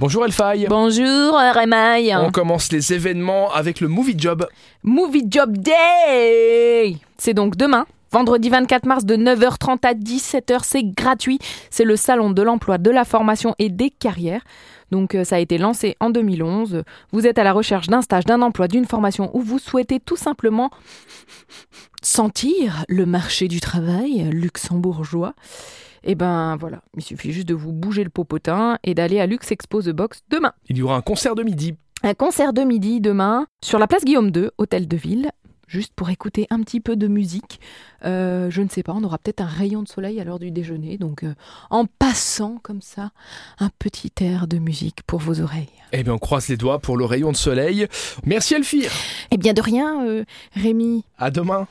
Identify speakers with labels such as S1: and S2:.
S1: Bonjour Elfaye.
S2: Bonjour Rémail.
S1: On commence les événements avec le Movie Job.
S2: Movie Job Day C'est donc demain. Vendredi 24 mars de 9h30 à 17h, c'est gratuit. C'est le salon de l'emploi, de la formation et des carrières. Donc euh, ça a été lancé en 2011. Vous êtes à la recherche d'un stage, d'un emploi, d'une formation ou vous souhaitez tout simplement sentir le marché du travail luxembourgeois. Et ben voilà, il suffit juste de vous bouger le popotin et d'aller à Lux Expo The Box demain.
S1: Il y aura un concert de midi.
S2: Un concert de midi demain sur la place Guillaume II, hôtel de ville, juste pour écouter un petit peu de musique. Euh, je ne sais pas, on aura peut-être un rayon de soleil à l'heure du déjeuner, donc euh, en passant comme ça, un petit air de musique pour vos oreilles.
S1: Eh bien, on croise les doigts pour le rayon de soleil. Merci Elfire.
S2: Eh bien de rien, euh, Rémi.
S1: À demain.